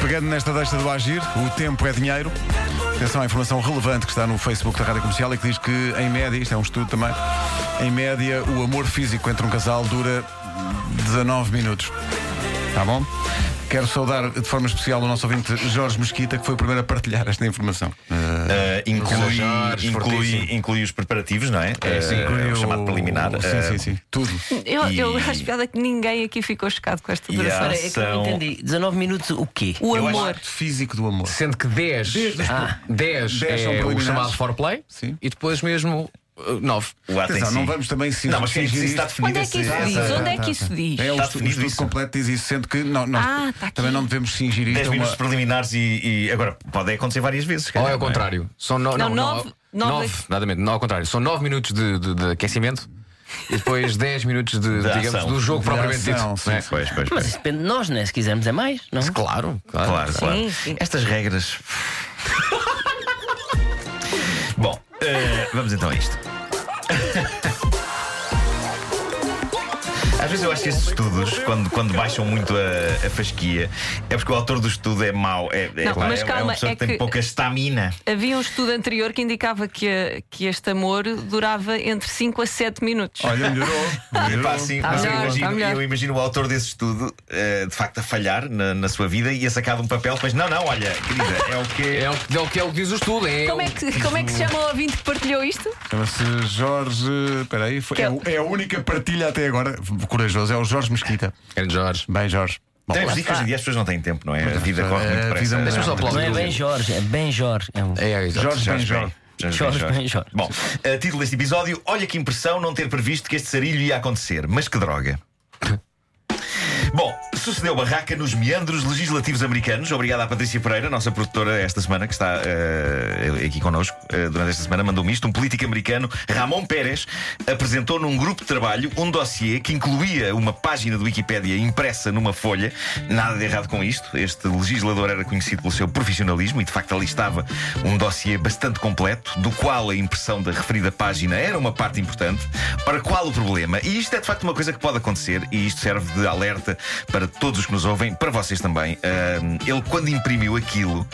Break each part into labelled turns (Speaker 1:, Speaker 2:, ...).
Speaker 1: Pegando nesta deixa do agir, o tempo é dinheiro. Atenção à informação relevante que está no Facebook da Rádio Comercial e que diz que, em média, isto é um estudo também, em média, o amor físico entre um casal dura 19 minutos. Tá bom? Quero saudar de forma especial o nosso ouvinte Jorge Mesquita, que foi o primeiro a partilhar esta informação.
Speaker 2: Uh, inclui,
Speaker 3: Jorge,
Speaker 2: inclui,
Speaker 3: fortíssimo.
Speaker 2: inclui os preparativos, não é?
Speaker 1: Eh,
Speaker 2: Uh,
Speaker 1: inclui
Speaker 2: o chamado preliminar.
Speaker 1: Sim,
Speaker 2: Uh,
Speaker 1: sim, sim. Tudo.
Speaker 4: Eu,
Speaker 2: E-
Speaker 4: eu acho piada que ninguém aqui ficou chocado com esta
Speaker 2: E
Speaker 4: duração.
Speaker 2: há-
Speaker 5: É que eu não
Speaker 2: São-
Speaker 5: entendi. 19 minutos o quê?
Speaker 4: O
Speaker 2: eu acho-
Speaker 4: amor.
Speaker 1: Ato físico do amor.
Speaker 3: Sendo que 10,
Speaker 5: Ah.
Speaker 3: 10,
Speaker 1: Dez são
Speaker 3: é o
Speaker 1: preliminares.
Speaker 3: chamado foreplay
Speaker 1: Sim.
Speaker 3: e depois mesmo uh, 9.
Speaker 2: O ato em
Speaker 1: Atenção,
Speaker 2: si.
Speaker 1: não vamos também se
Speaker 2: Não, mas sim, isso
Speaker 1: restringir
Speaker 2: está
Speaker 1: isto.
Speaker 2: definido.
Speaker 4: Onde é que
Speaker 2: esse-
Speaker 4: isso
Speaker 2: essa-
Speaker 4: diz? Onde é que isso diz?
Speaker 1: É o estudo, o
Speaker 2: Está definido
Speaker 1: estudo
Speaker 2: isso.
Speaker 1: completo diz isso, sendo que não, nós
Speaker 4: Ah, está aqui.
Speaker 1: também não devemos fingir isto.
Speaker 2: 10
Speaker 1: a uma-
Speaker 4: é
Speaker 2: minutos preliminares e, e- Agora, pode acontecer várias vezes. se
Speaker 3: Ou
Speaker 2: calhar,
Speaker 3: é ao
Speaker 2: não
Speaker 3: contrário? São no,
Speaker 4: Não,
Speaker 3: não,
Speaker 4: nove-
Speaker 3: não,
Speaker 4: nove- é
Speaker 3: nove, exatamente, não ao contrário. São 9 minutos de, de- de aquecimento e depois 10 minutos de,
Speaker 2: Da
Speaker 3: digamos,
Speaker 2: ação.
Speaker 3: do jogo
Speaker 1: Da
Speaker 3: propriamente dito.
Speaker 1: ação, sim,
Speaker 3: não é?
Speaker 2: Pois, pois,
Speaker 5: Mas
Speaker 2: pois.
Speaker 5: isso depende de nós, né? Se quisermos é mais, não?
Speaker 3: Claro, claro.
Speaker 2: Claro, claro.
Speaker 4: sim.
Speaker 2: Estas regras. Bom, eh, vamos então a isto. Às vezes eu acho que esses estudos, quando, quando baixam muito a, a fasquia, é porque o autor do estudo é mau. É, é,
Speaker 4: Não,
Speaker 2: claro,
Speaker 4: mas
Speaker 2: é- é
Speaker 4: calma,
Speaker 2: uma pessoa
Speaker 4: é
Speaker 2: que,
Speaker 4: que-
Speaker 2: tem pouca estamina.
Speaker 4: Havia um estudo anterior que indicava que, a- que este amor durava entre 5 a 7 minutos.
Speaker 1: Olha, melhorou.
Speaker 2: E,
Speaker 1: melhorou.
Speaker 2: pá, sim,
Speaker 4: Tá
Speaker 2: mas eu
Speaker 4: melhor, tá
Speaker 2: imagino,
Speaker 4: melhor.
Speaker 2: eu imagino o autor desse estudo eh, de facto a falhar na, na sua vida e a sacar de um papel, mas não, não, olha, querida, é o que
Speaker 3: É o, que- é o que é o que diz o estudo. É
Speaker 4: Como é,
Speaker 3: o-
Speaker 4: que, como é que se chama o ouvinte que partilhou isto?
Speaker 1: Chama-se Jorge. Espera aí, foi-
Speaker 4: Que
Speaker 1: é,
Speaker 4: é-
Speaker 1: o- é a única partilha até agora, corajoso, é o Jorge Mesquita.
Speaker 3: Grande Jorge.
Speaker 1: Bem, Jorge. Bom,
Speaker 2: Temos dito que hoje em dia as pessoas não têm tempo, não é? A vida corre
Speaker 1: a
Speaker 2: muito
Speaker 1: vida
Speaker 2: depressa.
Speaker 1: muda.
Speaker 3: Deixa-me só
Speaker 5: Não é
Speaker 3: aplaudir.
Speaker 5: bem Jorge, é bem Jorge. É um-
Speaker 3: É, é, exato.
Speaker 1: Jorge
Speaker 2: Jorge
Speaker 1: Benjor.
Speaker 2: Jorge.
Speaker 5: Jorge
Speaker 2: Jorge.
Speaker 5: Ben Jorge.
Speaker 2: Bom, eh, título deste episódio: Olha que impressão não ter previsto que este sarilho ia acontecer, mas que droga. Bom, sucedeu barraca nos meandros legislativos americanos. Obrigado à Patrícia Pereira, nossa produtora esta semana, que está eh, aqui connosco eh, durante esta semana, mandou-me isto. Um político americano, Ramon Pérez, apresentou num grupo de trabalho um dossiê que incluía uma página do Wikipédia impressa numa folha. Nada de errado com isto. Este legislador era conhecido pelo seu profissionalismo e, de facto, ali estava um dossiê bastante completo, do qual a impressão da referida página era uma parte importante. Para qual o problema? E isto é, de facto, uma coisa que pode acontecer e isto serve de alerta para todos os que nos ouvem, para vocês também. Ahm, ele, quando imprimiu aquilo,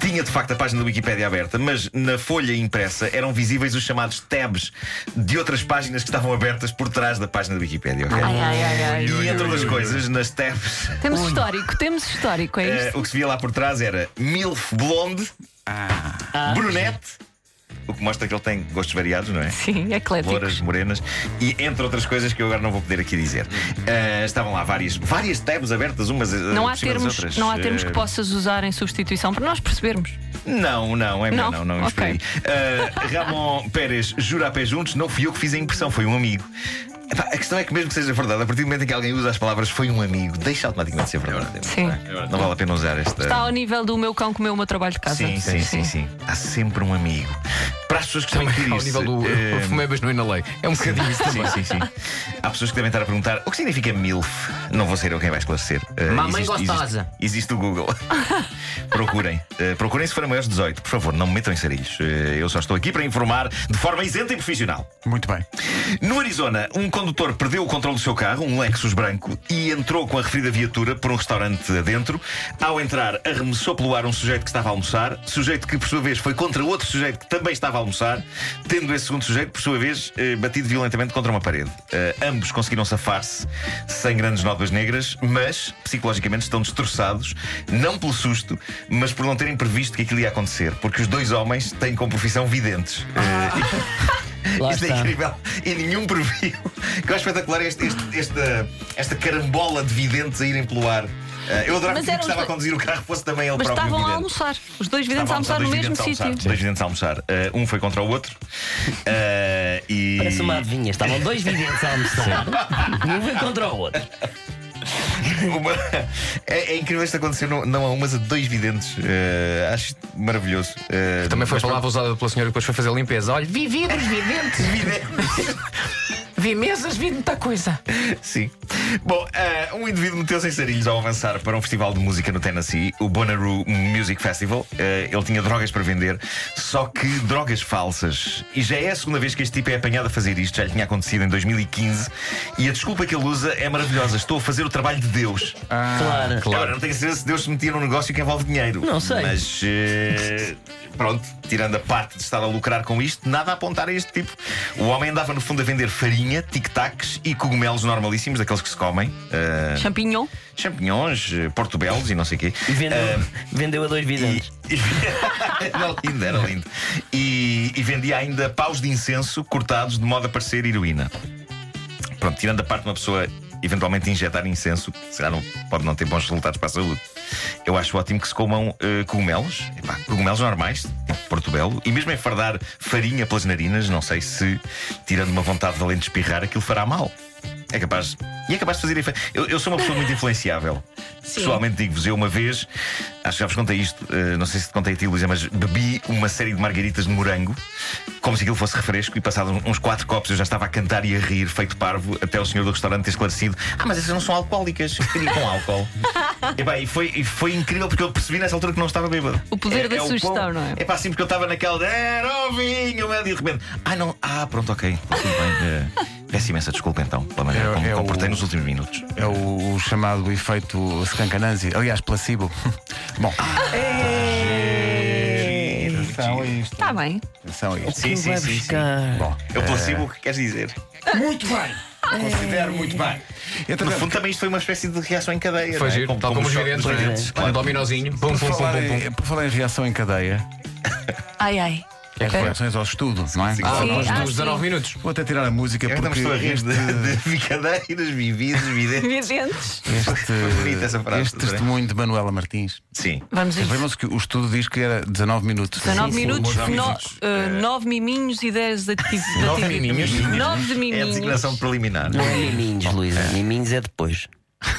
Speaker 2: tinha de facto a página da Wikipédia aberta, mas na folha impressa eram visíveis os chamados tabs de outras páginas que estavam abertas por trás da página da Wikipédia. ok?
Speaker 4: Ai, ai, ai, ai.
Speaker 2: E entre outras coisas, nas tabs,
Speaker 4: Temos histórico, temos histórico, é
Speaker 2: eh,
Speaker 4: isto?
Speaker 2: o que se via lá por trás era MILF blonde,
Speaker 4: Ah.
Speaker 2: brunette, o que mostra que ele tem gostos variados, não é?
Speaker 4: Sim, eclético.
Speaker 2: Louras, morenas e entre outras coisas que eu agora não vou poder aqui dizer. Ah, estavam lá várias, várias tabs abertas, umas. ah,
Speaker 4: Não há,
Speaker 2: por cima das
Speaker 4: termos,
Speaker 2: outras.
Speaker 4: não há termos que
Speaker 2: Ah,
Speaker 4: possas usar em substituição para nós percebermos.
Speaker 2: Não, não, é melhor não,
Speaker 4: Não?
Speaker 2: não, vamos por aí.
Speaker 4: Ok.
Speaker 2: Ah, Ramon Pérez, jura a pé juntos, não fui eu que fiz a impressão, foi um amigo. Epá, a questão é que, mesmo que seja verdade, a partir do momento em que alguém usa as palavras foi um amigo, deixa automaticamente ser verdade.
Speaker 4: Sim.
Speaker 2: Não vale a pena usar esta.
Speaker 4: Está ao nível do meu cão comeu o meu trabalho de casa.
Speaker 2: Sim, sim, sim, sim. Há sempre um amigo. Para as pessoas é que estão a ouvir
Speaker 3: Também ao
Speaker 2: isso,
Speaker 3: nível do.
Speaker 2: ah,
Speaker 3: Eu fumei, mas não inalei. É um bocadinho isso também.
Speaker 2: Sim, sim, sim. Há pessoas que devem estar a perguntar o que significa MILF. Não vou ser eu quem vai esclarecer. Eh,
Speaker 5: Mamãe
Speaker 2: existe-
Speaker 5: gostosa.
Speaker 2: Existe, existe o Google. procurem. Eh, procurem se forem maiores de 18. Por favor, não me metam em sarilhos. Eh, eu só estou aqui para informar de forma isenta e profissional.
Speaker 1: Muito bem.
Speaker 2: No Arizona, um condutor perdeu o controle do seu carro, um Lexus branco, e entrou com a referida viatura por um restaurante adentro. Ao entrar, arremessou pelo ar um sujeito que estava a almoçar, sujeito que, por sua vez, foi contra outro sujeito que também estava a almoçar, tendo esse segundo sujeito, por sua vez, eh, batido violentamente contra uma parede. Eh, ambos conseguiram safar-se sem grandes nódoas negras, mas psicologicamente estão destroçados, não pelo susto, mas por não terem previsto que aquilo ia acontecer, porque os dois homens têm como profissão videntes. Eh, e-
Speaker 5: Lá
Speaker 2: isto é
Speaker 5: está.
Speaker 2: incrível. E nenhum previu. Que eu acho espetacular este, este- esta, esta carambola de videntes a irem pelo ar. Ah, eu adorava que o
Speaker 4: Mas
Speaker 2: que
Speaker 4: eram os
Speaker 2: estava a
Speaker 4: dois-
Speaker 2: conduzir o carro fosse também ele
Speaker 4: Mas
Speaker 2: próprio.
Speaker 4: estavam a
Speaker 2: vidente.
Speaker 4: almoçar. Os dois videntes
Speaker 2: Estavam
Speaker 4: a almoçar no
Speaker 2: dois
Speaker 4: mesmo
Speaker 2: videntes a
Speaker 4: sítio.
Speaker 2: almoçar, Dois videntes a almoçar. Ah, um foi contra o outro. Ah, e...
Speaker 5: Parece uma adivinha. Estavam dois videntes a almoçar. Um foi contra o outro.
Speaker 2: Uma- É, é incrível isto acontecer, não, não a um, mas a dois videntes. Ah, acho isto maravilhoso. Ah,
Speaker 3: Também foi a
Speaker 2: mas
Speaker 3: palavra usada pela senhora que depois foi fazer limpeza. Olha, vi vidros videntes.
Speaker 2: pronto, videntes.
Speaker 3: Vi mesas, vi muita coisa.
Speaker 2: Sim. Bom, ah, um indivíduo meteu-se em sarilhos ao avançar para um festival de música no Tennessee, o Bonnaroo Music Festival. Ah, ele tinha drogas para vender, só que drogas falsas. E já é a segunda vez que este tipo é apanhado a fazer isto, já lhe tinha acontecido em 2015. E a desculpa que ele usa é maravilhosa: estou a fazer o trabalho de Deus.
Speaker 5: Claro.
Speaker 2: Agora, não tenho certeza se Deus se metia num negócio que envolve dinheiro.
Speaker 5: Não sei.
Speaker 2: Mas eh, pronto, tirando a parte de estar a lucrar com isto, nada a apontar a este tipo. O homem andava no fundo a vender farinha, tic-tacs e cogumelos normalíssimos, daqueles que se comem, eh,
Speaker 4: Champignon.
Speaker 2: champignons, eh, portobelos e não sei o quê.
Speaker 5: E vendeu,
Speaker 2: Eh,
Speaker 5: vendeu a dois videntes.
Speaker 2: e- era lindo, era lindo. E, e vendia ainda paus de incenso cortados de modo a parecer heroína. Pronto, tirando a parte de uma pessoa eventualmente injetar incenso, que se calhar não, pode não ter bons resultados para a saúde. Eu acho ótimo que se comam eh, cogumelos, Epá, cogumelos normais, tipo Portobelo, e mesmo enfardar farinha pelas narinas, não sei se, tirando uma vontade valente de espirrar, aquilo fará mal. É capaz. E é capaz de fazer efeito. Eu, eu sou uma pessoa muito influenciável. Pessoalmente digo-vos, eu uma vez, acho que já vos contei isto, eh, não sei se te contei a ti, Luísa, mas bebi uma série de margaritas de morango, como se aquilo fosse refresco, e passados uns quatro copos eu já estava a cantar e a rir, feito parvo, até o senhor do restaurante ter esclarecido: Ah, mas essas não são alcoólicas, eu pedi com álcool. e, bem, e, foi, e foi incrível porque eu percebi nessa altura que não estava bêbado.
Speaker 4: O poder da sugestão, não é?
Speaker 2: É pá, assim, porque eu estava naquela de era o vinho, mas de repente, ah, não, ah, pronto, ok, tudo bem. eh, Peço imensa desculpa então, pela maneira
Speaker 1: É-
Speaker 2: como
Speaker 1: é
Speaker 2: me
Speaker 1: o-
Speaker 2: comportei nos últimos minutos.
Speaker 1: É o, o chamado efeito Scancananzi, aliás, placebo. Bom, atenção a isto.
Speaker 4: Está Tá bem.
Speaker 1: Atenção a isto.
Speaker 2: Sim, sim,
Speaker 5: vai
Speaker 2: sim, sim.
Speaker 5: buscar.
Speaker 1: Bom,
Speaker 2: É o placebo que queres dizer.
Speaker 1: muito bem. Considero muito bem.
Speaker 2: No fundo, também isto foi uma espécie de reação em cadeia. não
Speaker 3: Foi
Speaker 2: é?
Speaker 3: giro, tal como os
Speaker 2: choque dos
Speaker 3: videntes, não
Speaker 2: videntes,
Speaker 3: é?
Speaker 2: claro.
Speaker 3: Um dominozinho, pum, pum,
Speaker 1: Por
Speaker 3: pum,
Speaker 1: falar,
Speaker 3: pum,
Speaker 1: em,
Speaker 3: pum.
Speaker 1: por falar em reação em cadeia,
Speaker 4: Ai, ai.
Speaker 1: é as reações ao estudo, não é?
Speaker 3: Ah,
Speaker 4: Sim,
Speaker 3: nós
Speaker 4: ah,
Speaker 3: dos
Speaker 4: sim.
Speaker 3: 19 minutos.
Speaker 1: Vou até tirar a música
Speaker 2: Eu ainda me
Speaker 1: porque
Speaker 2: estou a rir
Speaker 1: este,
Speaker 2: de, de cadeiras, vividos, videntes.
Speaker 4: Videntes.
Speaker 1: este,
Speaker 2: Foi bonita essa frase,
Speaker 1: este
Speaker 2: não é?
Speaker 1: testemunho de Manuela Martins.
Speaker 2: Sim.
Speaker 4: Vamos a isso.
Speaker 1: Vemos que o estudo diz que era 19 minutos.
Speaker 4: 19 minutos,
Speaker 2: sim, sim.
Speaker 4: 9 miminhos e 10 atividades.
Speaker 3: Nove miminhos?
Speaker 4: 9
Speaker 2: É a
Speaker 4: miminhos.
Speaker 2: designação preliminar.
Speaker 5: Não é miminhos, Luísa. Miminhos é depois.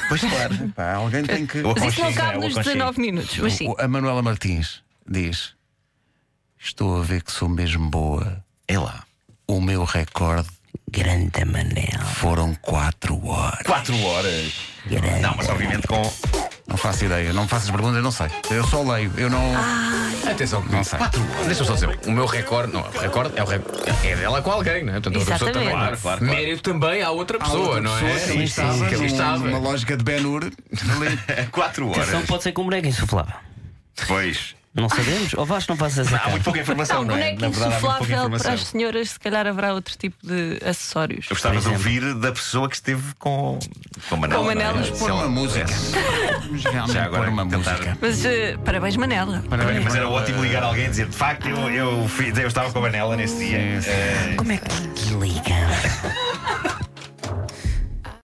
Speaker 2: Pois claro.
Speaker 1: Pá, alguém tem que.
Speaker 2: Eu-
Speaker 4: Mas isso não
Speaker 2: Aconchego,
Speaker 4: cabe
Speaker 2: é, o
Speaker 4: nos
Speaker 2: aconchego.
Speaker 4: 19 minutos. Mas sim.
Speaker 1: O- A Manuela Martins diz: Estou a ver que sou mesmo boa.
Speaker 2: É lá.
Speaker 1: O meu recorde
Speaker 5: Grande Manel.
Speaker 1: foram 4 horas.
Speaker 2: 4 horas. Não, mas obviamente com.
Speaker 1: Não faço ideia, não faças perguntas, não sei. Eu só leio, eu não.
Speaker 3: Atenção, que
Speaker 1: Não sei.
Speaker 3: Deixa-me só dizer, o meu recorde, não, o recorde é, o recorde, é dela com alguém, não é? Portanto, outra pessoa também.
Speaker 4: Exatamente.
Speaker 2: Claro, claro, claro.
Speaker 3: Mérito também à outra pessoa, não é?
Speaker 1: que ali estava,
Speaker 3: que ali
Speaker 1: num-
Speaker 3: estava.
Speaker 1: numa lógica de Ben Hur. ali.
Speaker 2: 4
Speaker 5: Só
Speaker 2: horas.
Speaker 5: pode ser com um boneco insuflável.
Speaker 2: Pois.
Speaker 5: Não sabemos? Ou vais, não passas essa
Speaker 2: Há
Speaker 5: cara.
Speaker 2: muito pouca informação, não,
Speaker 4: Não,
Speaker 2: é?
Speaker 4: boneco
Speaker 2: Na verdade, há muito pouca
Speaker 4: insuflável para
Speaker 2: informação.
Speaker 4: as senhoras, se calhar haverá outro tipo de acessórios.
Speaker 2: Eu gostava de ouvir da pessoa que esteve com. Com Manel.
Speaker 4: Com Manel
Speaker 2: não é?
Speaker 4: nos
Speaker 2: Se
Speaker 1: Pôr
Speaker 2: ela-
Speaker 1: uma música. Vamos realmente
Speaker 2: Já agora
Speaker 1: pôr uma
Speaker 2: tentar-
Speaker 1: música.
Speaker 4: Mas eh, parabéns, Manela. é
Speaker 2: Olha, Mas era ótimo ligar alguém e dizer,
Speaker 4: é?
Speaker 2: de facto, eu, eu, fui- eu estava com a Manela nesse dia. Eh,
Speaker 5: Como é que liga?